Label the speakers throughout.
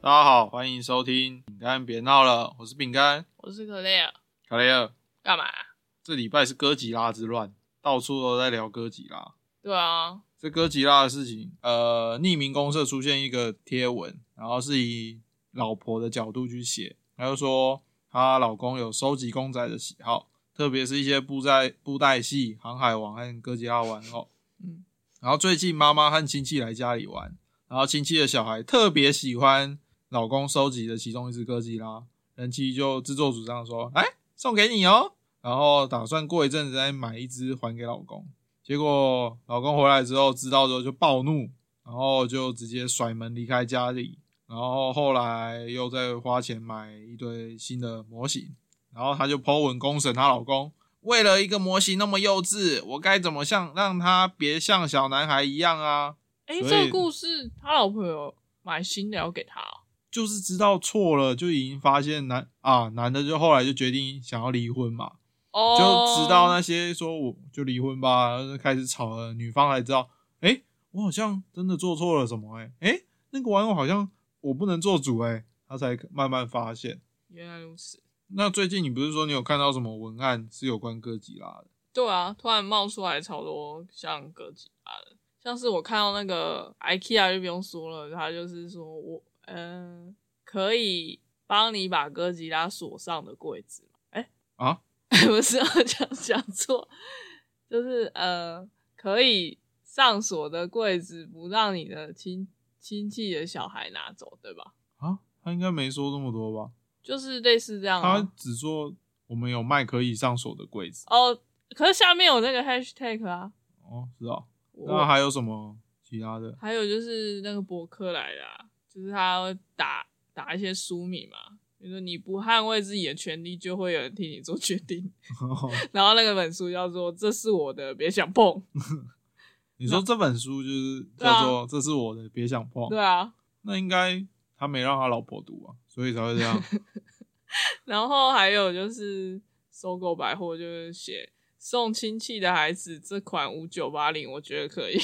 Speaker 1: 大家好，欢迎收听《饼干别闹了》，我是饼干
Speaker 2: 我是可乐，
Speaker 1: 卡雷尔。
Speaker 2: 干嘛？
Speaker 1: 这礼拜是哥吉拉之乱，到处都在聊哥吉拉。
Speaker 2: 对啊，
Speaker 1: 这哥吉拉的事情，呃，匿名公社出现一个贴文，然后是以老婆的角度去写，他就说她老公有收集公仔的喜好，特别是一些布袋布袋戏、航海王和哥吉拉玩偶。
Speaker 2: 嗯，
Speaker 1: 然后最近妈妈和亲戚来家里玩，然后亲戚的小孩特别喜欢老公收集的其中一只哥吉拉，人妻就自作主张说：“哎，送给你哦。”然后打算过一阵子再买一只还给老公。结果老公回来之后知道之后就暴怒，然后就直接甩门离开家里。然后后来又再花钱买一堆新的模型，然后她就 Po 文公审她老公，为了一个模型那么幼稚，我该怎么像让他别像小男孩一样啊？
Speaker 2: 哎、
Speaker 1: 所以
Speaker 2: 这个故事他老婆有买新的要给他哦、
Speaker 1: 就是知道错了，就已经发现男啊男的就后来就决定想要离婚嘛，
Speaker 2: 哦，
Speaker 1: 就直到那些说我就离婚吧，然后就开始吵了，女方才知道，哎、我好像真的做错了什么、诶哎、诶那个玩偶好像我不能做主、诶哎，他才慢慢发现。
Speaker 2: 原来如此。
Speaker 1: 那最近你不是说你有看到什么文案是有关哥吉拉的？
Speaker 2: 对啊，突然冒出来超多像哥吉拉的，像是我看到那个 IKEA 就不用说了，他就是说我嗯、呃可以帮你把哥吉拉锁上的柜子吗？哎、
Speaker 1: 啊
Speaker 2: 不是我讲讲错，就是呃可以上锁的柜子不让你的亲亲戚的小孩拿走，对吧？
Speaker 1: 啊，他应该没说这么多吧？
Speaker 2: 就是类似这样、啊。
Speaker 1: 他只说我们有卖可以上锁的柜子。
Speaker 2: 哦，可是下面有那个 hashtag 啊，
Speaker 1: 哦，是哦。那
Speaker 2: 我
Speaker 1: 还有什么其他的？
Speaker 2: 还有就是那个博客来的、啊，就是他会打打一些书名嘛，比如说你不捍卫自己的权利，就会有人替你做决定。 然后那个本书叫做《这是我的，别想碰》。
Speaker 1: 你说这本书就是
Speaker 2: 对啊
Speaker 1: 叫做《这是我的，别想碰》
Speaker 2: 对。啊，
Speaker 1: 那应该他没让他老婆读啊，所以才会这 样。
Speaker 2: 然后还有就是搜狗百货就是写送亲戚的孩子这款五九八零，我觉得可以，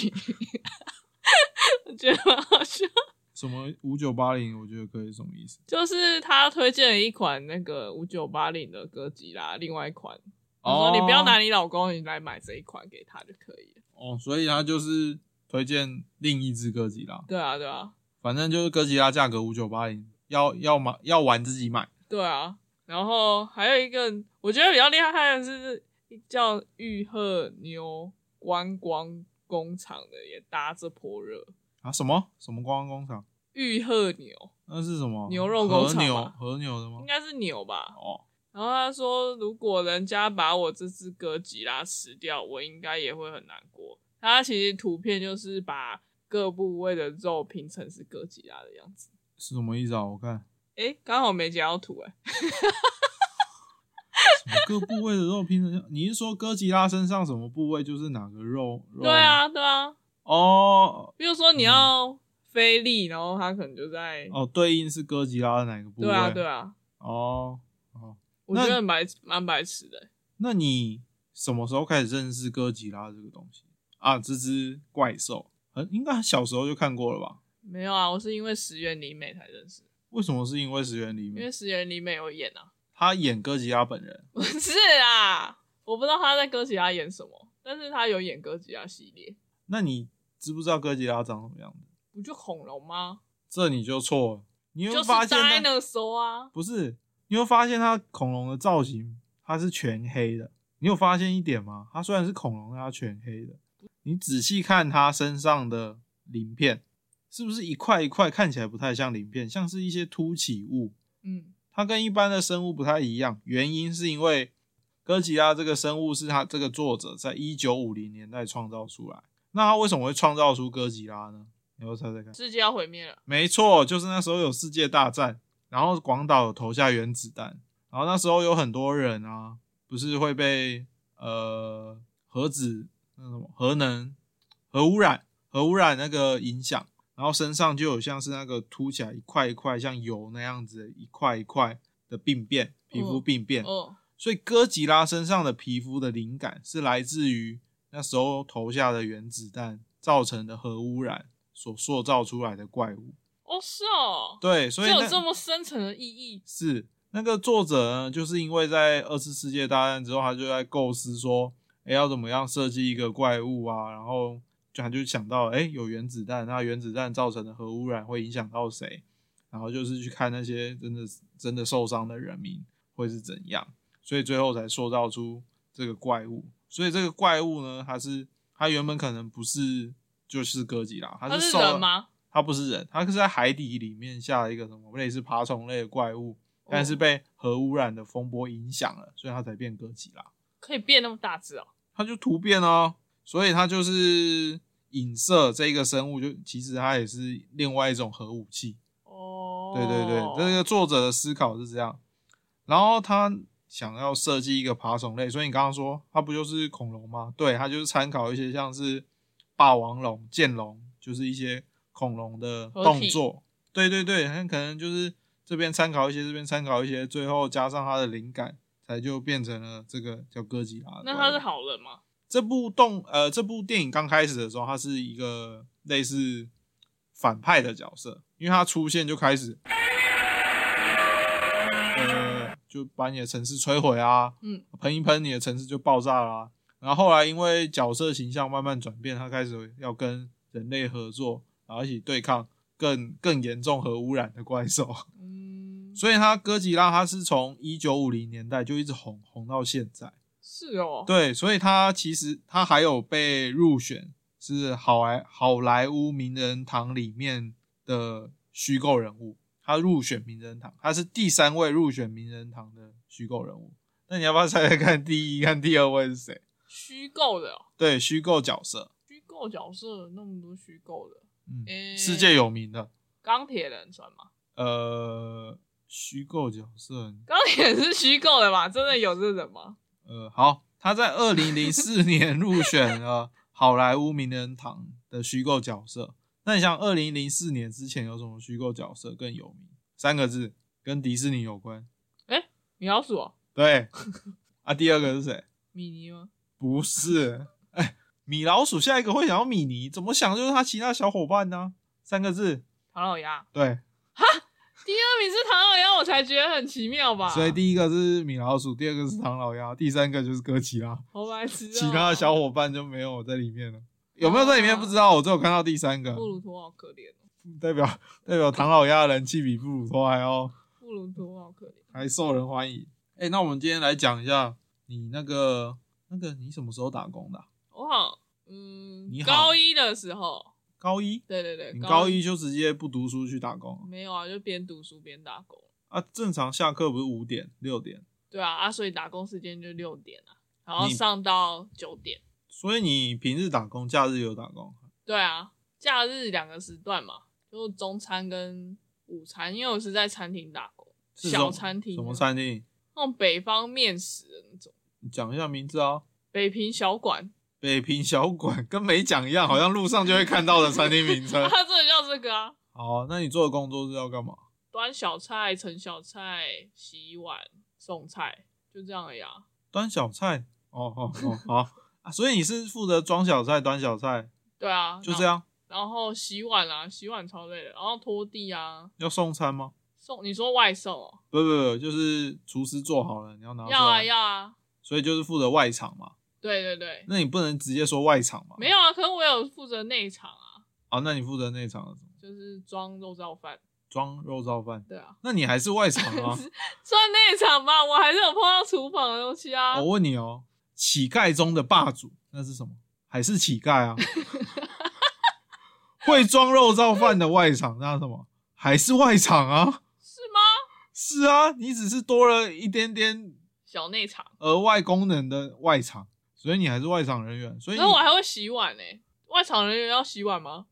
Speaker 2: 我觉得蛮好笑。
Speaker 1: 什么五九八零，我觉得可以什么意思？
Speaker 2: 就是他推荐了一款那个五九八零的哥吉拉，另外一款，我
Speaker 1: 哦
Speaker 2: 说你不要拿你老公，你来买这一款给他就可以了。
Speaker 1: 哦，所以他就是推荐另一只哥吉拉，
Speaker 2: 对啊，对啊，
Speaker 1: 反正就是哥吉拉价格五九八零，要要买要玩自己买。
Speaker 2: 对啊。然后还有一个我觉得比较厉害的是叫玉鹤牛观光工厂的，也搭这波热。
Speaker 1: 啊，什么什么观光工厂？
Speaker 2: 玉鹤牛
Speaker 1: 那是什么？
Speaker 2: 牛肉工厂
Speaker 1: 和牛
Speaker 2: 吧
Speaker 1: 和牛的吗
Speaker 2: 应？该是牛吧？
Speaker 1: 哦，
Speaker 2: 然后他说，如果人家把我这只哥吉拉吃掉，我应该也会很难过。他其实图片就是把各部位的肉拼成是哥吉拉的样子。
Speaker 1: 是什么意思啊？我看
Speaker 2: 诶，刚好没截到图诶、
Speaker 1: 什么各部位的肉拼成像， 你是说哥吉拉身上什么部位就是哪个肉？肉
Speaker 2: 对啊，对啊。
Speaker 1: 哦
Speaker 2: 比如说你要菲力，然后他可能就在。
Speaker 1: 哦，对应是哥吉拉的哪个部位？
Speaker 2: 对啊，对啊。
Speaker 1: 哦，
Speaker 2: 我觉得很白蛮白痴的、欸
Speaker 1: 那你什么时候开始认识哥吉拉这个东西啊？这只怪兽，很应该小时候就看过了吧？
Speaker 2: 没有啊，我是因为石原里美才认识，
Speaker 1: 为什么是因为石原里
Speaker 2: 因
Speaker 1: 美
Speaker 2: 为？石原里美有演啊。
Speaker 1: 他演哥吉拉本人
Speaker 2: 不是啊，我不知道他在哥吉拉演什么，但是他有演哥吉拉系列。
Speaker 1: 那你知不知道哥吉拉长什么样子？
Speaker 2: 不就恐龙吗？
Speaker 1: 这你就错了。你有没
Speaker 2: 就
Speaker 1: 有
Speaker 2: 是
Speaker 1: 发现它
Speaker 2: dinosaur 啊，
Speaker 1: 不是，你有发现它恐龙的造型，它是全黑的。你有发现一点吗？它虽然是恐龙，但它全黑的。你仔细看它身上的鳞片，是不是一块一块看起来不太像鳞片，像是一些凸起物？
Speaker 2: 嗯，
Speaker 1: 它跟一般的生物不太一样，原因是因为哥吉拉这个生物是它这个作者在一九五零年代创造出来。那他为什么会创造出哥吉拉呢？你要猜猜看。
Speaker 2: 世界要毁灭了，
Speaker 1: 没错，就是那时候有世界大战，然后广岛有投下原子弹，然后那时候有很多人啊，不是会被呃核子那什么核能、核污染、核污染那个影响，然后身上就有像是那个凸起来一块一块像油那样子的一块一块的病变，皮肤病变。
Speaker 2: 哦，
Speaker 1: 所以哥吉拉身上的皮肤的灵感是来自于那时候投下的原子弹造成的核污染所塑造出来的怪物。
Speaker 2: 哦，哦，是哦，
Speaker 1: 对，所以
Speaker 2: 这
Speaker 1: 那
Speaker 2: 有这么深层的意义。
Speaker 1: 是那个作者呢，就是因为在二次世界大战之后，他就在构思说，哎、要怎么样设计一个怪物啊？然后就他就想到，哎、有原子弹，那原子弹造成的核污染会影响到谁？然后就是去看那些真的真的受伤的人民会是怎样，所以最后才塑造出这个怪物。所以这个怪物呢，它是它原本可能不是就是哥吉拉，它
Speaker 2: 他
Speaker 1: 是
Speaker 2: 是
Speaker 1: 受了
Speaker 2: 人吗？
Speaker 1: 它不是人，它是在海底里面下了一个什么类似爬虫类的怪物，但是
Speaker 2: 哦
Speaker 1: 被核污染的风波影响了，所以它才变哥吉拉。
Speaker 2: 可以变那么大只哦。
Speaker 1: 它就突变哦，所以它就是影射这个生物，就其实它也是另外一种核武器。
Speaker 2: 哦，
Speaker 1: 对对对，这个作者的思考是这样。然后他想要设计一个爬虫类，所以你刚刚说它不就是恐龙吗？对，它就是参考一些像是霸王龙、剑龙，就是一些恐龙的动作。对对对，很可能就是这边参考一些，这边参考一些，最后加上它的灵感，才就变成了这个叫哥吉拉的怪物。
Speaker 2: 那他是好人吗？
Speaker 1: 这部动呃这部电影刚开始的时候，他是一个类似反派的角色，因为他出现就开始，呃，就把你的城市摧毁啊，
Speaker 2: 嗯，
Speaker 1: 喷一喷你的城市就爆炸啦、然后后来因为角色形象慢慢转变，他开始要跟人类合作，然后一起对抗更更严重核污染的怪兽。
Speaker 2: 嗯，
Speaker 1: 所以他哥吉拉他是从一九五零年代就一直红红到现在。
Speaker 2: 是哦，
Speaker 1: 对，所以他其实他还有被入选是好莱好莱坞名人堂里面的虚构人物，他入选名人堂，他是第三位入选名人堂的虚构人物。那你要不要猜猜看第一、看第二位是谁？
Speaker 2: 虚构的哦，
Speaker 1: 对，虚构角色，
Speaker 2: 虚构角色那么多虚构的，
Speaker 1: 嗯，
Speaker 2: 诶
Speaker 1: 世界有名的，
Speaker 2: 钢铁人算吗？
Speaker 1: 呃，虚构角色，
Speaker 2: 钢铁人是虚构的吧？真的有这人吗？
Speaker 1: 呃，好，他在二零零四年入选了好莱坞名人堂的虚构角色。那你想，二零零四年之前有什么虚构角色更有名？三个字，跟迪士尼有关。
Speaker 2: 米老鼠、哦，
Speaker 1: 对， 啊，第二个是谁？
Speaker 2: 米妮吗？
Speaker 1: 不是，哎、米老鼠，下一个会想到米妮，怎么想就是他其他小伙伴呢、三个字，
Speaker 2: 唐老鸭，
Speaker 1: 对，
Speaker 2: 第二名是唐老鸭，我才觉得很奇妙吧？
Speaker 1: 所以第一个是米老鼠，第二个是唐老鸭，第三个就是哥吉拉。
Speaker 2: 好白痴、哦，
Speaker 1: 其他的小伙伴就没有在里面了。有没有在里面不知道，我只有看到第三个，
Speaker 2: 布鲁托好可怜哦，
Speaker 1: 代表代表唐老鸭的人气比布鲁托还要
Speaker 2: 布鲁托好可怜。
Speaker 1: 还受人欢迎。哎、那我们今天来讲一下你那个那个你什么时候打工的啊、
Speaker 2: 我好，嗯
Speaker 1: 你，好
Speaker 2: 高一的时候，
Speaker 1: 高一，
Speaker 2: 对对对，
Speaker 1: 你高一就直接不读书去打工
Speaker 2: 没有啊，就边读书边打工。
Speaker 1: 啊？正常下课不是五点六点，
Speaker 2: 对啊，啊，所以打工时间就六点啊，然后
Speaker 1: 你
Speaker 2: 上到九点。
Speaker 1: 所以你平日打工，假日有打工。
Speaker 2: 对啊，假日两个时段嘛，就中餐跟午餐，因为我是在餐厅打工，
Speaker 1: 是什么
Speaker 2: 小餐厅啊
Speaker 1: 什么餐厅？
Speaker 2: 那种北方面食的那种，
Speaker 1: 你讲一下名字啊。
Speaker 2: 北平小馆，
Speaker 1: 北平小馆跟没讲一样，好像路上就会看到的餐厅名称
Speaker 2: 啊，。 它真的叫这个啊，
Speaker 1: 好，那你做的工作是要干嘛？
Speaker 2: 端小菜、盛小菜、洗碗、送菜，就这样而已啊。
Speaker 1: 端小菜。哦哦哦，好啊，所以你是负责装小菜、端小菜，
Speaker 2: 对啊，
Speaker 1: 就这。样。
Speaker 2: 然后洗碗啊，洗碗超累的，然后拖地啊，
Speaker 1: 要送餐吗？
Speaker 2: 送你说外送哦、
Speaker 1: 不不不，就是厨师做好了，你要拿出来。
Speaker 2: 要啊要啊，
Speaker 1: 所以就是负责外场嘛，
Speaker 2: 对对对，
Speaker 1: 那你不能直接说外场嘛。
Speaker 2: 没有啊，可是我有负责内场啊，
Speaker 1: 啊，那你负责内场的什么
Speaker 2: 就是装肉燥饭，
Speaker 1: 装肉燥饭，
Speaker 2: 对啊，
Speaker 1: 那你还是外场 啊。
Speaker 2: 算内场吧，我还是有碰到厨房的东西啊。
Speaker 1: 我问你哦，乞丐中的霸主那是什么？还是乞丐啊？ 会装肉燥饭的外场那是什么？还是外场啊？
Speaker 2: 是吗？
Speaker 1: 是啊，你只是多了一点点
Speaker 2: 小内场，
Speaker 1: 额外功能的外场，所以你还是外场人员，所以
Speaker 2: 然
Speaker 1: 你
Speaker 2: 后我还会洗碗呢、外场人员要洗碗吗？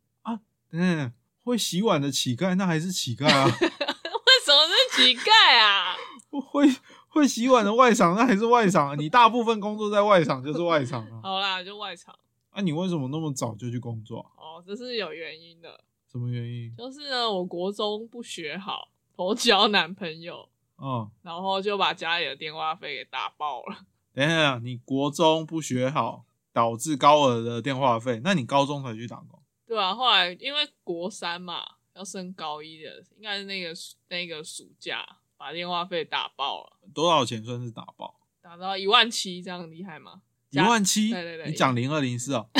Speaker 1: 嗯会洗碗的乞丐，那还是乞丐啊，
Speaker 2: 为什么是乞丐啊？
Speaker 1: 会会洗碗的外场，那还是外场啊，你大部分工作在外场就是外场 啊，
Speaker 2: 好啦，就外场。
Speaker 1: 啊你为什么那么早就去工作啊、
Speaker 2: 哦，这是有原因的，
Speaker 1: 什么原因？
Speaker 2: 就是呢，我国中不学好，头交男朋友，
Speaker 1: 嗯，
Speaker 2: 然后就把家里的电话费给打爆了。
Speaker 1: 等一下，你国中不学好，导致高额的电话费，那你高中才去打工，
Speaker 2: 对啊，后来因为国三嘛，要升高一的，应该是那个暑那个暑假把电话费打爆了，
Speaker 1: 多少钱算是打爆？
Speaker 2: 打到一万七，这样厉害吗？
Speaker 1: 一
Speaker 2: 加
Speaker 1: 万七？
Speaker 2: 对对对
Speaker 1: 你讲零二零四哦，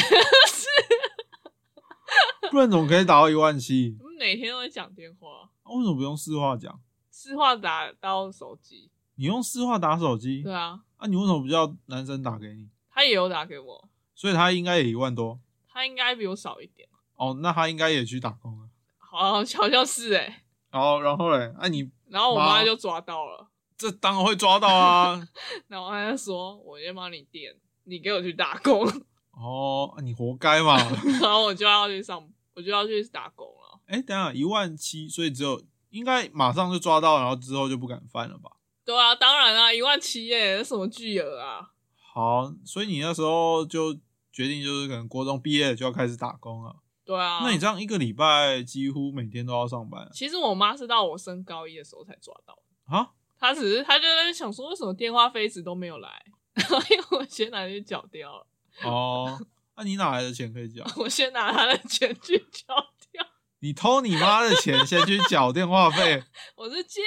Speaker 1: 不然怎么可以打到一万七？
Speaker 2: 我们嗯每天都会讲电话，
Speaker 1: 啊为什么不用市话讲？
Speaker 2: 私话打到手机。
Speaker 1: 你用市话打手机
Speaker 2: 对，啊，
Speaker 1: 啊，你为什么不叫男生打给你？
Speaker 2: 他也有打给我，
Speaker 1: 所以他应该也一万多
Speaker 2: 他应该比我少一点，
Speaker 1: 哦，那他应该也去打工了。
Speaker 2: 好像好像是哎、
Speaker 1: 然后，然后嘞，啊你
Speaker 2: 然后我
Speaker 1: 妈
Speaker 2: 妈就抓到了，
Speaker 1: 这当然会抓到啊。
Speaker 2: 然后她就说：“我先帮你垫，你给我去打工。
Speaker 1: 哦，啊你活该嘛。”
Speaker 2: 然后我就要去上，我就要去打工了。
Speaker 1: 哎，等一下一万七，所以只有应该马上就抓到，然后之后就不敢犯了吧？
Speaker 2: 对啊，当然啊，一万七耶，那什么巨额啊？
Speaker 1: 好，所以你那时候就决定，就是可能国中毕业就要开始打工了。
Speaker 2: 对啊，
Speaker 1: 那你这样一个礼拜几乎每天都要上班
Speaker 2: 其实我妈是到我升高一的时候才抓到的，
Speaker 1: 啊？
Speaker 2: 她只是她就在想说，为什么电话费一直都没有来？ 然后因为我先拿去缴掉了，
Speaker 1: 哦，那、你哪来的钱可以缴？
Speaker 2: 我先拿她的钱去缴掉，
Speaker 1: 你偷你妈的钱先去缴电话费，
Speaker 2: 我是借，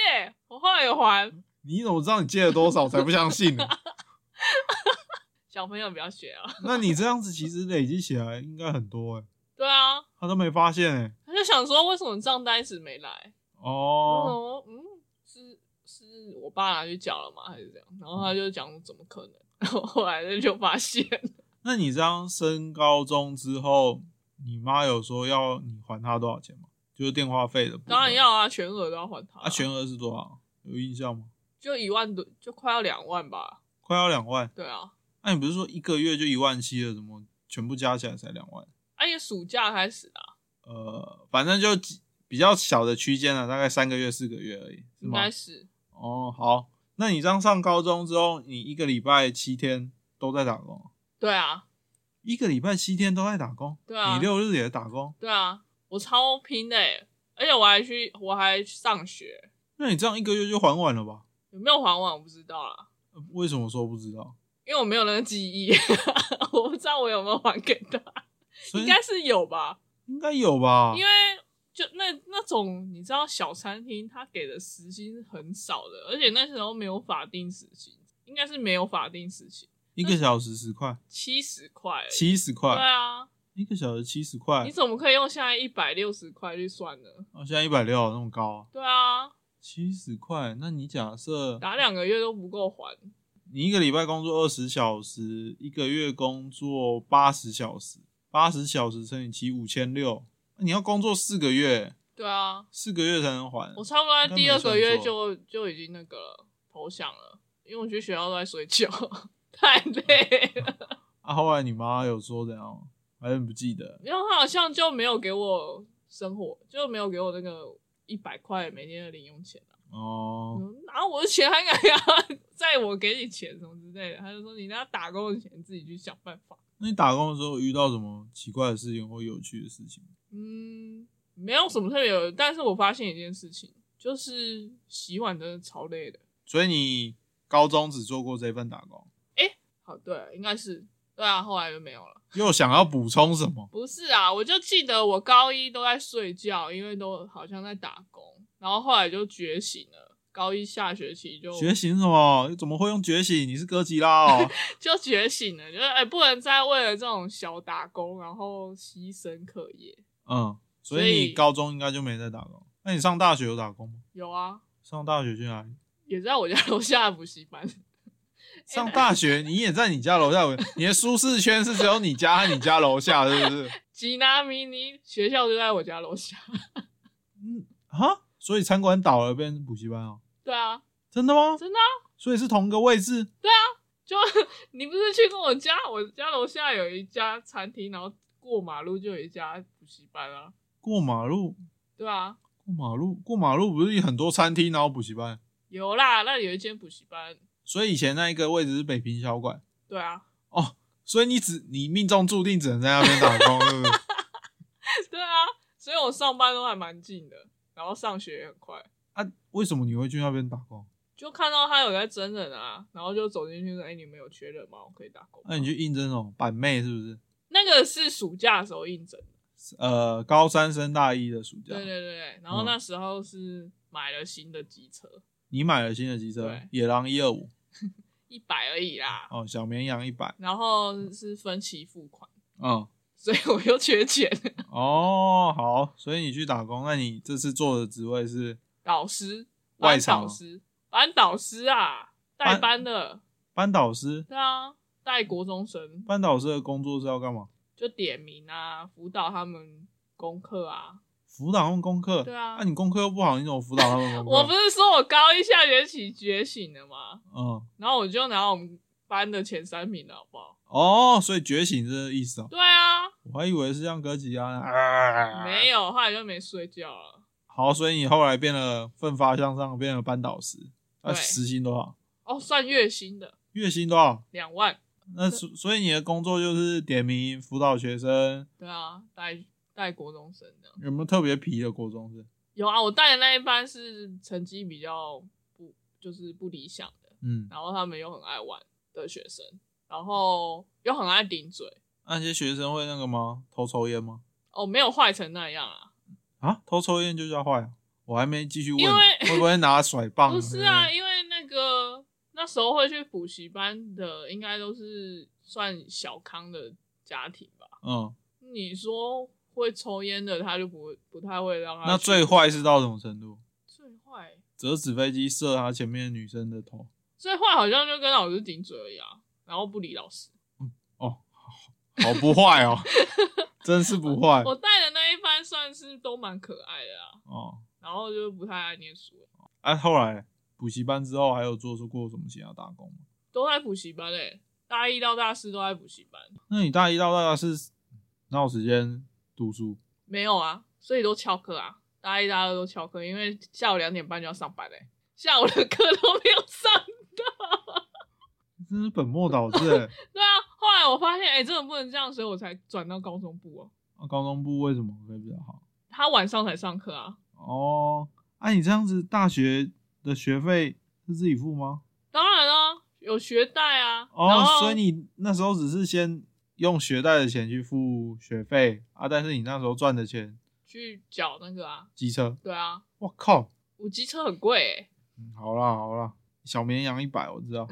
Speaker 2: 我后来有还。
Speaker 1: 你怎么知道你借了多少？我才不相信呢。
Speaker 2: 小朋友不要学啊！
Speaker 1: 那你这样子其实累积起来应该很多哎、
Speaker 2: 对啊，
Speaker 1: 他都没发现哎、
Speaker 2: 她就想说，为什么账单一直没来？
Speaker 1: 哦，
Speaker 2: 哦，嗯，是是我爸拿去缴了吗？还是这样？然后他就讲怎么可能？ 然后后来就发现，
Speaker 1: 那你这样升高中之后，你妈有说要你还她多少钱吗？就是电话费的部分。
Speaker 2: 当然要啊，全额都要还他
Speaker 1: 啊，全额是多少？有印象吗？
Speaker 2: 就一万多，就快要两万吧。
Speaker 1: 快要两万。
Speaker 2: 对啊，
Speaker 1: 那、你不是说一个月就一万七了？怎么全部加起来才两万？
Speaker 2: 而且啊暑假开始啊，
Speaker 1: 呃，反正就几比较小的区间了，啊大概三个月、四个月而已，是
Speaker 2: 应
Speaker 1: 吗
Speaker 2: 该？是
Speaker 1: 哦，好。那你这样上高中之后，你一个礼拜七天都在打工，
Speaker 2: 对啊，
Speaker 1: 一个礼拜七天都在打工，
Speaker 2: 对啊
Speaker 1: 你六日也打工。
Speaker 2: 对啊，我超拼的欸，而且我还去，我还上学，
Speaker 1: 那你这样一个月就还完了吧？
Speaker 2: 有没有还完我不知道啦，
Speaker 1: 呃为什么说不知道？
Speaker 2: 因为我没有那个记忆， 我不知道我有没有还给他，
Speaker 1: 所以哦
Speaker 2: 应该是有吧。
Speaker 1: 应该有吧？
Speaker 2: 因为就那那种你知道小餐厅，他给的时薪是很少的，而且那时候没有法定时薪，应该是没有法定时薪，
Speaker 1: 一个小时十块，
Speaker 2: 七十块而已。
Speaker 1: 七十
Speaker 2: 对
Speaker 1: 块，啊
Speaker 2: 啊，
Speaker 1: 一个小时七十块
Speaker 2: 你，怎么可以用现在一百六十块去算呢？
Speaker 1: 哦，现在一百六那么高、啊，
Speaker 2: 对啊，
Speaker 1: 七十块。那你假设
Speaker 2: 打两个月都不够还，
Speaker 1: 你一个礼拜工作二十小时，一个月工作八十小时，八十小时乘以七五千六，你要工作四个月，
Speaker 2: 对啊，
Speaker 1: 四个月才能还。
Speaker 2: 我差不多在第二个月就就已经那个了投降了，因为我去学校都在睡觉， 太累了。
Speaker 1: 啊，后来你妈有说怎样？还是你不记得？
Speaker 2: 然后他好像就没有给我生活，就没有给我那个一百块每天的零用钱。
Speaker 1: 哦，
Speaker 2: 嗯拿我的钱还敢要在我给你钱什么之类的，他就说你那打工的钱自己去想办法。
Speaker 1: 那你打工的时候遇到什么奇怪的事情或有趣的事情？
Speaker 2: 嗯，没有什么特别的，但是我发现一件事情，就是洗碗真的超累的。
Speaker 1: 所以你高中只做过这份打工，
Speaker 2: 好，对，应该是对啊，后来就没有了。
Speaker 1: 又想要补充什么？
Speaker 2: 不是啊，我就记得我高一都在睡觉，因为都好像在打工，然后后来就觉醒了。高一下学期就
Speaker 1: 觉醒什么？怎么会用觉醒？你是哥吉拉 哦！
Speaker 2: 就觉醒了，就是哎、不能再为了这种小打工然后牺牲课业。
Speaker 1: 嗯，所
Speaker 2: 所
Speaker 1: 以
Speaker 2: 以
Speaker 1: 你高中应该就没在打工。那你上大学有打工吗？
Speaker 2: 有啊，
Speaker 1: 上大学去哪里？
Speaker 2: 也在我家楼下的补习班。
Speaker 1: 上大学你也在你家楼下，你的舒适圈是只有你家和你家楼下，是 不是？
Speaker 2: 吉拿迷你学校就在我家楼下。
Speaker 1: 嗯，哈，所以餐馆倒了变成补习班哦，
Speaker 2: 对啊，
Speaker 1: 真的吗？
Speaker 2: 真的啊、
Speaker 1: 所以是同个位置
Speaker 2: 就你不是去过我家？我家楼下有一家餐厅，然后过马路就有一家补习班啊。
Speaker 1: 过马路，
Speaker 2: 对啊，
Speaker 1: 过马路，过马路不是有很多餐厅然后补习班？
Speaker 2: 有啦，那里有一间补习班。
Speaker 1: 所以以前那一个位置是北平小馆
Speaker 2: 对啊，
Speaker 1: 哦，所以你只你命中注定只能在那边打 工，对不对？
Speaker 2: 对啊，所以我上班都还蛮近的，然后上学也很快。
Speaker 1: 啊，为什么你会去那边打工？
Speaker 2: 就看到他有在真人啊，然后就走进去说：“哎、你们有缺人吗？我可以打工。
Speaker 1: 那、你去应征哦，板妹是不是？
Speaker 2: 那个是暑假的时候应征的，
Speaker 1: 呃高三升大一的暑假，
Speaker 2: 对对对对，然
Speaker 1: 嗯
Speaker 2: 后那时候是买了新的机车，
Speaker 1: 你买了新的机车
Speaker 2: 对，
Speaker 1: 野狼一二五
Speaker 2: 一百而已啦，
Speaker 1: 哦，小绵羊一百，
Speaker 2: 然后是分期付款，
Speaker 1: 嗯，
Speaker 2: 所以我又缺钱。
Speaker 1: 哦，好，所以你去打工，那你这次做的职位是
Speaker 2: 老师，
Speaker 1: 外
Speaker 2: 班
Speaker 1: 场
Speaker 2: 导
Speaker 1: 哦
Speaker 2: 师，班导师啊，带
Speaker 1: 班
Speaker 2: 班的，
Speaker 1: 班导师，
Speaker 2: 对啊，带国中生，
Speaker 1: 班导师的工作是要干嘛？
Speaker 2: 就点名啊，辅导他们功课啊。
Speaker 1: 辅导他们功课，
Speaker 2: 对啊
Speaker 1: 那、你功课又不好，你怎么辅导他们功课？
Speaker 2: 我不是说我高一下学期觉醒了吗？
Speaker 1: 嗯，
Speaker 2: 然后我就拿我们班的前三名了，好不好？
Speaker 1: 哦，所以觉醒这个意思哦，
Speaker 2: 对啊，
Speaker 1: 我还以为是像哥吉拉那样啊，
Speaker 2: 没有，后来就没睡觉了。
Speaker 1: 好，所以你后来变得奋发向上，变了班导师，那
Speaker 2: 对
Speaker 1: 时薪多少？
Speaker 2: 哦，算月薪的
Speaker 1: 月薪多少？
Speaker 2: 两万，
Speaker 1: 那所所以你的工作就是点名辅导学生，
Speaker 2: 对啊，带带国中生的。
Speaker 1: 有没有特别皮的国中生？
Speaker 2: 有啊，我带的那一班是成绩比较不就是不理想的，
Speaker 1: 嗯，
Speaker 2: 然后他们又很爱玩的学生，然后又很爱顶嘴，
Speaker 1: 那些学生会那个吗？偷抽烟吗？
Speaker 2: 哦，没有坏成那样啊，
Speaker 1: 啊，偷抽烟就叫坏啊？我还没继续问，
Speaker 2: 因为
Speaker 1: 会不会拿甩棒？
Speaker 2: 不是啊，
Speaker 1: 嗯
Speaker 2: 因为那个那时候会去补习班的，应该都是算小康的家庭吧。
Speaker 1: 嗯，
Speaker 2: 你说会抽烟的，他就不不太会让啊他去。
Speaker 1: 那最坏是到什么程度？
Speaker 2: 最坏
Speaker 1: 折纸飞机射他前面女生的头。
Speaker 2: 最坏好像就跟老师顶嘴而已啊，然后不理老师。
Speaker 1: 哦，好好不坏哦， 真是不坏
Speaker 2: 我带的那一班算是都蛮可爱的啊，
Speaker 1: 哦。
Speaker 2: 然后就不太爱念书了，
Speaker 1: 啊，后来补习班之后还有做出过什么其他打工吗？
Speaker 2: 都在补习班诶、大一到大四都在补习班，
Speaker 1: 那你大一到大四哪有时间读书？
Speaker 2: 没有啊，所以都翘课啊，大一大二都翘课，因为下午两点半就要上班诶、欸下午的课都没有上。
Speaker 1: 真是本末倒置、欸。
Speaker 2: 对啊，后来我发现诶、真的不能这样，所以我才转到高中部哦、
Speaker 1: 啊高中部为什么会比较好？
Speaker 2: 他晚上才上课啊，
Speaker 1: 哦，啊，你这样子大学的学费是自己付吗？
Speaker 2: 当然啊，有学贷啊，然
Speaker 1: 哦，
Speaker 2: 后
Speaker 1: 所以你那时候只是先用学贷的钱去付学费啊，但是你那时候赚的钱
Speaker 2: 去缴那个啊，
Speaker 1: 机车，
Speaker 2: 对啊，
Speaker 1: 我靠！
Speaker 2: 我机车很贵欸诶、
Speaker 1: 嗯好啦好啦，小绵羊一百我知道。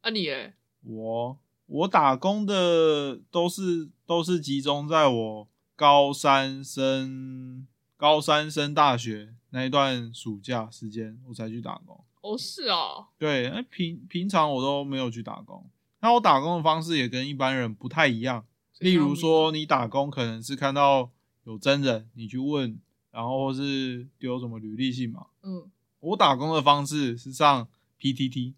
Speaker 2: 啊你诶、
Speaker 1: 我我打工的都是都是集中在我高三升高三升大学那一段暑假时间，我才去打工。
Speaker 2: 哦是哦，
Speaker 1: 对，那平平常我都没有去打工。那我打工的方式也跟一般人不太一样，例如说你打工可能是看到有真人，你去问，然后或是丢什么履历信嘛。
Speaker 2: 嗯，
Speaker 1: 我打工的方式是上 PTT。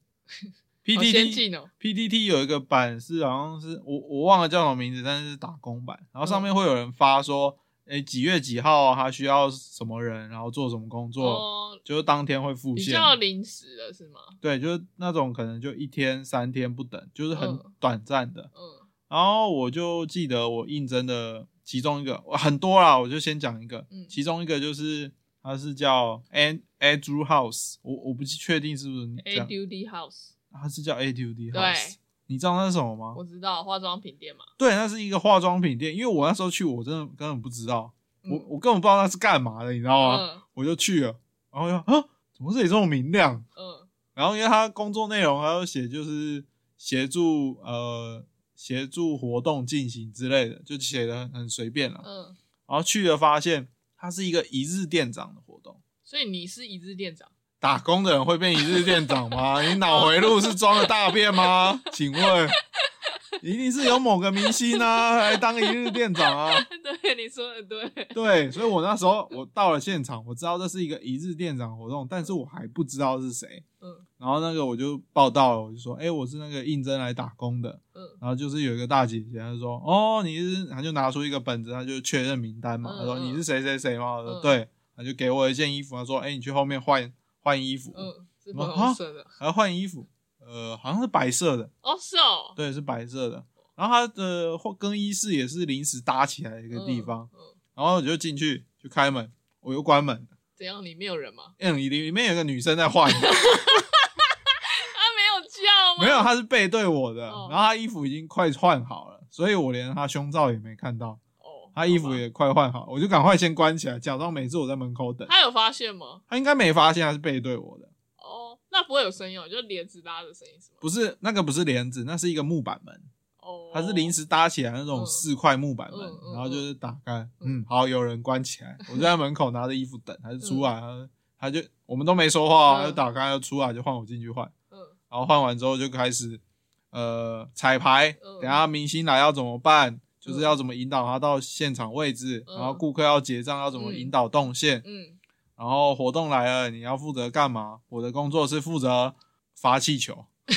Speaker 2: 好先
Speaker 1: PTT
Speaker 2: 进哦，
Speaker 1: PTT 有一个版是好像是我我忘了叫什么名字，但是是打工版，然后上
Speaker 2: 嗯
Speaker 1: 面会有人发说，诶、几月几号啊他需要什么人，然后做什么工作，
Speaker 2: 哦，
Speaker 1: 就是当天会复
Speaker 2: 比
Speaker 1: 现，
Speaker 2: 较临时的是吗？
Speaker 1: 对，就是那种可能就一天三天不等，就是很
Speaker 2: 嗯
Speaker 1: 短暂的。
Speaker 2: 嗯
Speaker 1: 然后我就记得我应征的其中一个哇很多啦，我就先讲一个，
Speaker 2: 嗯
Speaker 1: 其中一个就是它是叫 A Andrew House，我我不确定是不是这
Speaker 2: ，A
Speaker 1: 样，
Speaker 2: Duty House，
Speaker 1: 它是叫 A D D
Speaker 2: 对
Speaker 1: House。你知道那是什么吗？
Speaker 2: 我知道化妆品店嘛，
Speaker 1: 对，那是一个化妆品店，因为我那时候去，我真的根本不知道，我
Speaker 2: 嗯
Speaker 1: 我根本不知道那是干嘛的，你知道吗？
Speaker 2: 嗯
Speaker 1: 我啊就去了，然后就啊，怎么这里这么明亮？
Speaker 2: 嗯
Speaker 1: 然后因为他工作内容，他有写就是协助呃协助活动进行之类的，就写的很很随便了。
Speaker 2: 嗯，
Speaker 1: 然后去了发现，它是一个一日店长的活动。
Speaker 2: 所以你是一日店长，
Speaker 1: 打工的人会变一日店长吗？你脑回路是装了大便吗？请问，一定是有某个明星啊来当一日店长啊？
Speaker 2: 对，你说的对，
Speaker 1: 对，所以我那时候我到了现场，我知道这是一个一日店长活动，但是我还不知道是谁。
Speaker 2: 嗯
Speaker 1: 然后那个我就报道了，我就说，哎、我是那个应征来打工的。
Speaker 2: 嗯
Speaker 1: 然后就是有一个大姐姐，她就说，哦，你是，她就拿出一个本子，她就确认名单嘛，
Speaker 2: 嗯
Speaker 1: 她说
Speaker 2: 嗯
Speaker 1: 你是谁谁谁吗？我说
Speaker 2: 嗯
Speaker 1: 对，她就给我一件衣服，她说，哎、你去后面换换衣服，
Speaker 2: 嗯，是
Speaker 1: 么
Speaker 2: 粉红色的，
Speaker 1: 还要换衣服，呃，好像是白色的，
Speaker 2: 哦是哦，
Speaker 1: 啊对，是白色的。然后它的或更衣室也是临时搭起来的一
Speaker 2: 嗯
Speaker 1: 个地方，，
Speaker 2: 嗯，
Speaker 1: 然后我就进去就开门，我又关门，
Speaker 2: 怎样？里面有人吗？
Speaker 1: 嗯，里里面有个女生在 换，
Speaker 2: 啊，没有叫吗？
Speaker 1: 没有，，啊她是背对我的，
Speaker 2: 哦
Speaker 1: 然后她衣服已经快换好了，所以我连她胸罩也没看到。
Speaker 2: 哦，
Speaker 1: 他衣服
Speaker 2: 好吧
Speaker 1: 也快换好，我就赶快先关起来，假装每次我在门口等。
Speaker 2: 他有发现吗？
Speaker 1: 他应该没发现他是背对我的，
Speaker 2: 哦，那不会有声音哦，就帘子拉的声音是吗？
Speaker 1: 不是那个不是帘子，那是一个木板门，
Speaker 2: 哦，
Speaker 1: 它是临时搭起来那种
Speaker 2: 嗯
Speaker 1: 四块木板门，
Speaker 2: 嗯嗯
Speaker 1: 然后就是打开，
Speaker 2: 嗯
Speaker 1: 嗯，好，有人关起 来，我就在门口拿着衣服等，他就出来，他就我们都没说话哦，
Speaker 2: 嗯
Speaker 1: 他就打开，就出来就换我进去换，
Speaker 2: 嗯
Speaker 1: 然后换完之后就开始呃彩排，
Speaker 2: 嗯
Speaker 1: 等一下明星来要怎么办，就是要怎么引导他到现场位置，
Speaker 2: 嗯
Speaker 1: 然后顾客要结账要怎么
Speaker 2: 嗯
Speaker 1: 引导动线，
Speaker 2: 嗯，
Speaker 1: 然后活动来了你要负责干嘛？我的工作是负责发气球。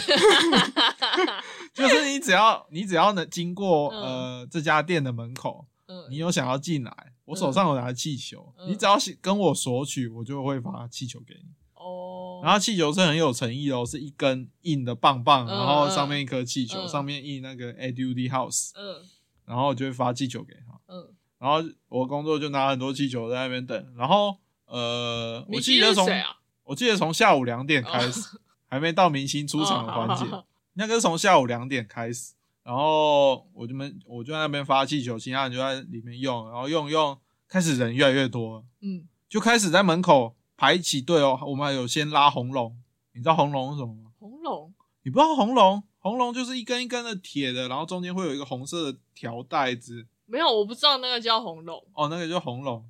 Speaker 1: 就是你只要你只要能经过、
Speaker 2: 嗯
Speaker 1: 呃这家店的门口，
Speaker 2: 嗯
Speaker 1: 你有想要进来，我手上有拿气球，
Speaker 2: 嗯
Speaker 1: 你只要跟我索取，我就会发气球给你。
Speaker 2: 哦，
Speaker 1: 然后气球是很有诚意的哦，是一根硬的棒棒，
Speaker 2: 嗯
Speaker 1: 然后上面一颗气球，
Speaker 2: 嗯
Speaker 1: 上面印那个 ADUD House，
Speaker 2: 嗯
Speaker 1: 然后我就会发气球给他。
Speaker 2: 嗯，
Speaker 1: 然后我工作就拿很多气球在那边等，然后呃，我
Speaker 2: 明
Speaker 1: 记
Speaker 2: 星
Speaker 1: 得
Speaker 2: 是
Speaker 1: 从、
Speaker 2: 谁啊？
Speaker 1: 我记得从下午两点开始，还没到明星出场的环节，
Speaker 2: 哦哦好好好
Speaker 1: 那个是从下午两点开始，然后我就们我就在那边发气球，其他人就在里面用，然后用一用，开始人越来越多了，
Speaker 2: 嗯，
Speaker 1: 就开始在门口排起队哦。我们还有先拉红龙，你知道红龙是什么吗？
Speaker 2: 红龙，
Speaker 1: 你不知道红龙？红龙就是一根一根的铁的，然后中间会有一个红色的条带子，
Speaker 2: 没有，我不知道那个叫红 龙，
Speaker 1: 哦，那个叫红龙，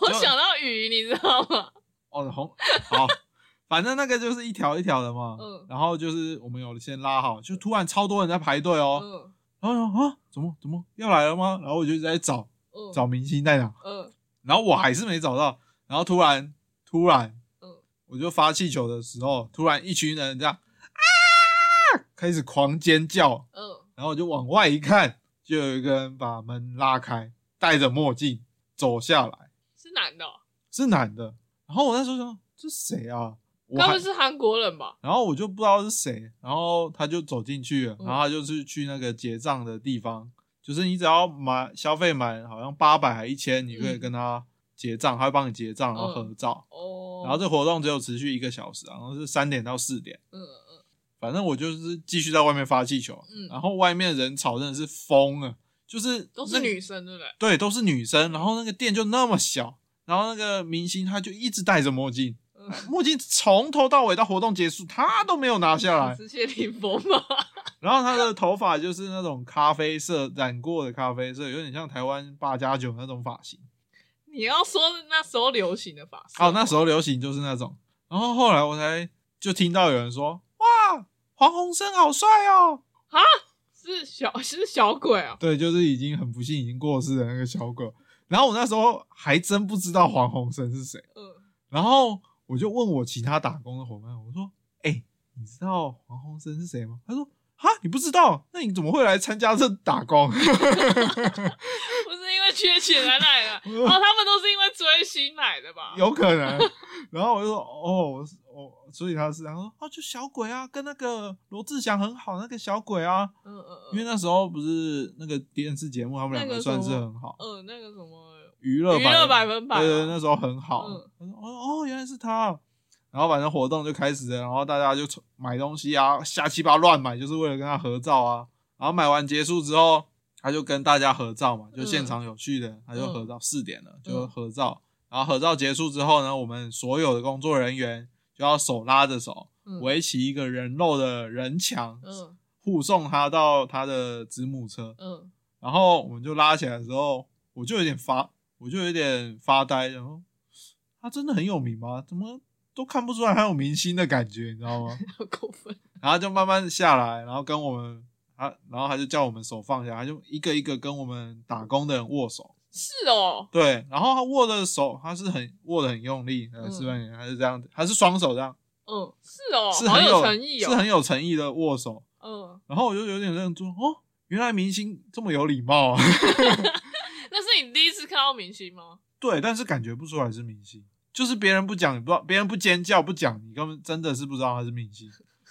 Speaker 2: 我想到鱼，你知道吗？
Speaker 1: 哦，红好，反正那个就是一条一条的嘛。
Speaker 2: 嗯
Speaker 1: 然后就是我们有先拉好，就突然超多人在排队哦。
Speaker 2: 嗯
Speaker 1: 然后我想啊，怎么怎么要来了吗？然后我就一直在找
Speaker 2: 嗯，
Speaker 1: 找明星在哪，
Speaker 2: 嗯
Speaker 1: 然后我还是没找到。然后突然突然，
Speaker 2: 嗯
Speaker 1: 我就发气球的时候，突然一群人这样啊，开始狂尖叫。
Speaker 2: 嗯，
Speaker 1: 然后我就往外一看，就有一个人把门拉开，戴着墨镜走下来，
Speaker 2: 是男的哦，
Speaker 1: 是男的。然后我那时候想，这谁啊？我
Speaker 2: 该
Speaker 1: 还
Speaker 2: 不是韩国人吧？
Speaker 1: 然后我就不知道是谁，然后他就走进去了，
Speaker 2: 嗯
Speaker 1: 然后他就是去那个结账的地方，就是你只要买消费满好像八百还一千，你可以
Speaker 2: 嗯
Speaker 1: 跟他结账，他会帮你结账，然后合照。
Speaker 2: 哦，
Speaker 1: 然后这活动只有持续一个小时，然后是三点到四点，
Speaker 2: 嗯嗯
Speaker 1: 反正我就是继续在外面发气球，
Speaker 2: 嗯
Speaker 1: 然后外面人潮真的是疯了，就是
Speaker 2: 都
Speaker 1: 那
Speaker 2: 是女生，对不对？
Speaker 1: 对，都是女生，然后那个店就那么小，然后那个明星他就一直戴着墨镜，
Speaker 2: 嗯，
Speaker 1: 墨镜从头到尾到活动结束他都没有拿 下 来，
Speaker 2: 是谢霆锋吗？
Speaker 1: 然后他的头发就是那种咖啡色染过的咖啡色，有点像台湾八加九那种发型。
Speaker 2: 你要说那时候流行的发色
Speaker 1: 哦，那时候流行就是那种。然后后来我才就听到有人说：“哇，黄鸿升好帅哦！”
Speaker 2: 是小是小鬼啊，
Speaker 1: 对，就是已经很不幸已经过世的那个小狗。然后我那时候还真不知道黄鸿升是谁，
Speaker 2: 嗯
Speaker 1: 然后我就问我其他打工的伙伴，我说：“哎、你知道黄鸿升是谁吗？”他说：“啊，你不知道？那你怎么会来参加这打工？”
Speaker 2: 不是因为缺钱才来的， 哦，他们都是因为追星来的吧？
Speaker 1: 有可能。 然后我就说，哦，我是我，所以他是，然后哦，就小鬼啊，跟那个罗志祥很好，那个小鬼啊，
Speaker 2: 嗯嗯
Speaker 1: 因为
Speaker 2: 嗯，
Speaker 1: 那时候不是那个电视节目，他们两
Speaker 2: 那
Speaker 1: 个
Speaker 2: 个
Speaker 1: 算是
Speaker 2: 什么
Speaker 1: 很好，
Speaker 2: 嗯，那个什么
Speaker 1: 娱乐
Speaker 2: 娱乐
Speaker 1: 百
Speaker 2: 百分百啊，
Speaker 1: 对对，那时候很好。
Speaker 2: 嗯
Speaker 1: 他说哦哦，原来是他。然后反正活动就开始了，然后大家就从买东西啊，瞎七八乱买，就是为了跟他合照啊。然后买完结束之后，他就跟大家合照嘛，
Speaker 2: 嗯
Speaker 1: 就现场有趣的，他就合照。四点了就合照，然后合照结束之后呢，我们所有的工作人员就要手拉着手，
Speaker 2: 嗯
Speaker 1: 围起一个人肉的人墙，
Speaker 2: 嗯
Speaker 1: 护送他到他的子母车。
Speaker 2: 嗯
Speaker 1: 然后我们就拉起来的时候，我就有点发，我就有点发呆，然后他真的很有名吗？怎么都看不出来他有明星的感觉，你知道吗？
Speaker 2: 好过分，
Speaker 1: 然后就慢慢下来，然后跟我们他，然后他就叫我们手放下，他就一个一个跟我们打工的人握手。
Speaker 2: 是哦，
Speaker 1: 对，然后他握的手，他是很握的很用力，呃，
Speaker 2: 嗯
Speaker 1: 是吧？他是这样子，他是双手这样，
Speaker 2: 嗯，是哦，
Speaker 1: 是
Speaker 2: 好
Speaker 1: 很
Speaker 2: 有诚意
Speaker 1: 是
Speaker 2: 哦，
Speaker 1: 很有诚意的握手。
Speaker 2: 嗯，
Speaker 1: 然后我就有点愣住，哦，原来明星这么有礼貌啊！
Speaker 2: 那是你第一次看到明星吗？
Speaker 1: 对，但是感觉不出来是明星，就是别人不讲，你不知道，别人不尖叫不讲，你根本真的是不知道他是明星，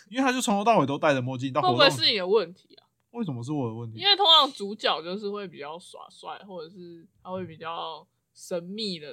Speaker 1: 因为他就从头到尾都戴着墨镜，到
Speaker 2: 会
Speaker 1: 活
Speaker 2: 不
Speaker 1: 动嗯
Speaker 2: 会是你的问题啊？
Speaker 1: 为什么是我的问题
Speaker 2: 因？为通常主角就是会比较耍帅，或者是他会比较神秘的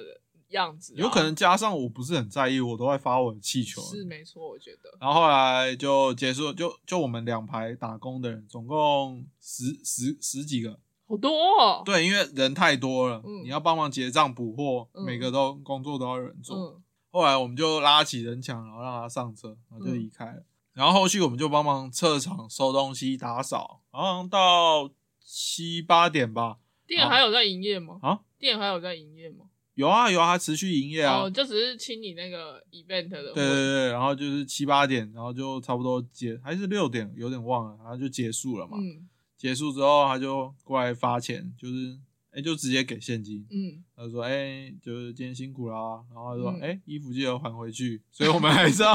Speaker 2: 样子啊、
Speaker 1: 有可能加上我不是很在意，我都在发我的气球。啊
Speaker 2: 是没错，我觉得，
Speaker 1: 然后后来就结束，就就我们两排打工的人，总共十十十几个，
Speaker 2: 好多、哦。
Speaker 1: 对，因为人太多了，
Speaker 2: 嗯
Speaker 1: 你要帮忙结账、补货，
Speaker 2: 嗯
Speaker 1: 每个都工作都要有人做。
Speaker 2: 嗯
Speaker 1: 后来我们就拉起人墙，然后让他上车，然后就离开了。然后后续我们就帮忙撤场、收东西、打扫，好像到七八点吧。
Speaker 2: 店
Speaker 1: 啊
Speaker 2: 还有在营业吗？
Speaker 1: 啊，
Speaker 2: 店还有在营业吗？
Speaker 1: 有啊有啊，他持续营业啊。
Speaker 2: 哦，就只是清理那个 event 的。
Speaker 1: 对对，对，然后就是七八点，然后就差不多结，还是六点，有点忘了，然后就结束了嘛。
Speaker 2: 嗯
Speaker 1: 结束之后，他就过来发钱，就是哎、就直接给现金。
Speaker 2: 嗯，
Speaker 1: 他就说：“哎、就是今天辛苦啦。”然后他说：“
Speaker 2: 嗯
Speaker 1: 哎、衣服记得还回去。”所以我们还是要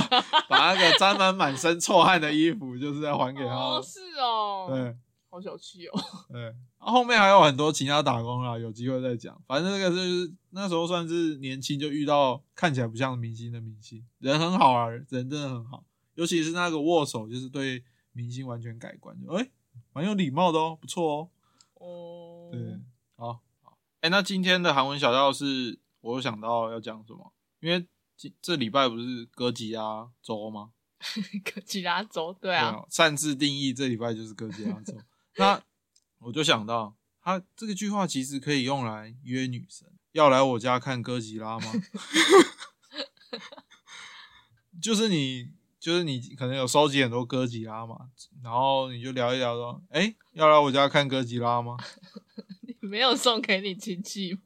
Speaker 1: 把那个沾满满身臭汗的衣服，就是要还给他
Speaker 2: 哦。是哦，
Speaker 1: 对
Speaker 2: 好小气哦。
Speaker 1: 对，然后后面还有很多其他打工啦，有机会再讲。反正这个就是那时候算是年轻，就遇到看起来不像明星的明星，人很好啊，人真的很好。尤其是那个握手，就是对明星完全改观，就哎、蛮有礼貌的哦，不错哦。
Speaker 2: 哦，
Speaker 1: 对，好，好，哎、那今天的韩文小道是，我有想到要讲什么，因为今这礼拜不是哥吉拉周吗？
Speaker 2: 哥吉拉州，对
Speaker 1: 对
Speaker 2: 啊，
Speaker 1: 啊，擅自定义这礼拜就是哥吉拉周。那我就想到，他这个句话其实可以用来约女生，要来我家看哥吉拉吗？ 就是你。就是你可能有收集很多哥吉拉嘛，然后你就聊一聊说，哎、要来我家看哥吉拉吗？啊
Speaker 2: 没有送给你亲戚吗？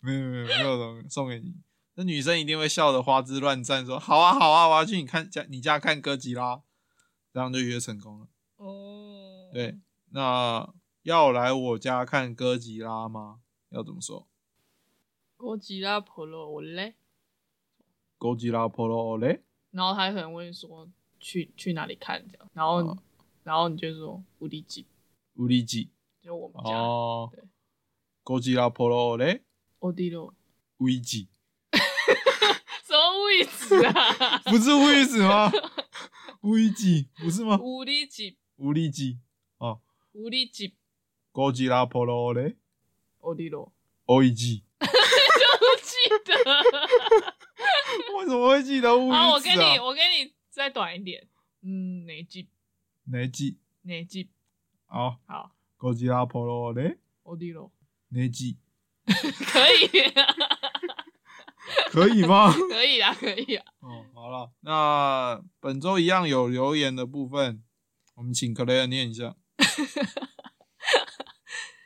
Speaker 1: 没有没有没有东西送给你。那女生一定会笑得花枝乱颤，说：“好啊好啊，我要去你看家你家看哥吉拉。”这样就约成功了。
Speaker 2: 哦，
Speaker 1: 对，那要来我家看哥吉拉吗？要怎么说？
Speaker 2: 哥吉拉 Pro 我嘞，
Speaker 1: 哥吉拉 Polo 嘞？
Speaker 2: 然后他可能问说去去哪里看这样，然后、
Speaker 1: 哦
Speaker 2: 然后你就说无敌鸡，
Speaker 1: 乌里吉
Speaker 2: 就我们家
Speaker 1: 哦
Speaker 2: 对，
Speaker 1: 哥吉拉 Polo 嘞？
Speaker 2: 欧弟咯，
Speaker 1: 乌里吉
Speaker 2: 什么位置啊？
Speaker 1: 不是乌里子吗？乌里吉不是吗？
Speaker 2: 无敌鸡，
Speaker 1: 乌里吉哦，
Speaker 2: 无敌鸡，
Speaker 1: 哥吉拉 Polo 嘞？
Speaker 2: 欧弟 咯，
Speaker 1: 乌里吉
Speaker 2: 不记得。
Speaker 1: 为什么会记得乌里子
Speaker 2: 啊好，我给
Speaker 1: 啊
Speaker 2: 你，我给你再短一点，嗯，哪鸡
Speaker 1: 哪一季？
Speaker 2: 哪鸡
Speaker 1: 好。
Speaker 2: 好，
Speaker 1: ゴジラポロレ
Speaker 2: 欧弟咯，
Speaker 1: ネジ，
Speaker 2: 可以、
Speaker 1: 可以吗？
Speaker 2: 可以啊，可以啊。
Speaker 1: 哦，好了，那本周一样有留言的部分，我们请克雷尔念一下。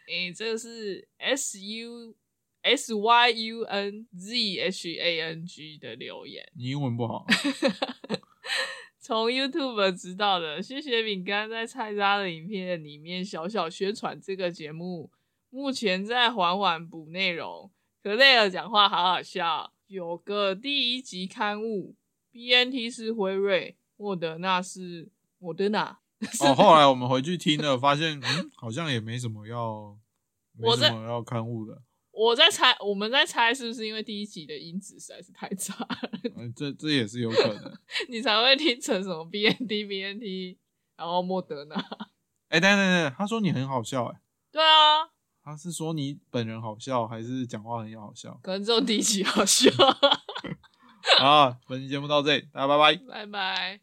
Speaker 2: 诶、这个是 S U S Y U N Z H A N G 的留言，
Speaker 1: 你英文不 好，啊
Speaker 2: 从 YouTube 知道的。谢谢饼干在菜渣的影片里面小小宣传这个节目，目前在缓缓补内容。可累了，讲话好好笑。有个第一集刊物，BNT 是辉瑞，莫德纳是莫德纳。
Speaker 1: 哦，后来我们回去听了，发现嗯，好像也没什么要，没
Speaker 2: 我在
Speaker 1: 什么要刊物的，
Speaker 2: 我在猜，我们在猜是不是因为第一集的音质实在是太差了
Speaker 1: 呃、这这也是有可能。
Speaker 2: 你才会听成什么 BNT BNT，然后莫德纳。
Speaker 1: 哎、等等等等，他说你很好笑、哎，
Speaker 2: 对啊，
Speaker 1: 他是说你本人好笑，还是讲话很好笑
Speaker 2: 可能只有第一集好笑。
Speaker 1: 啊？本期节目到这里，大家拜拜。
Speaker 2: 拜拜。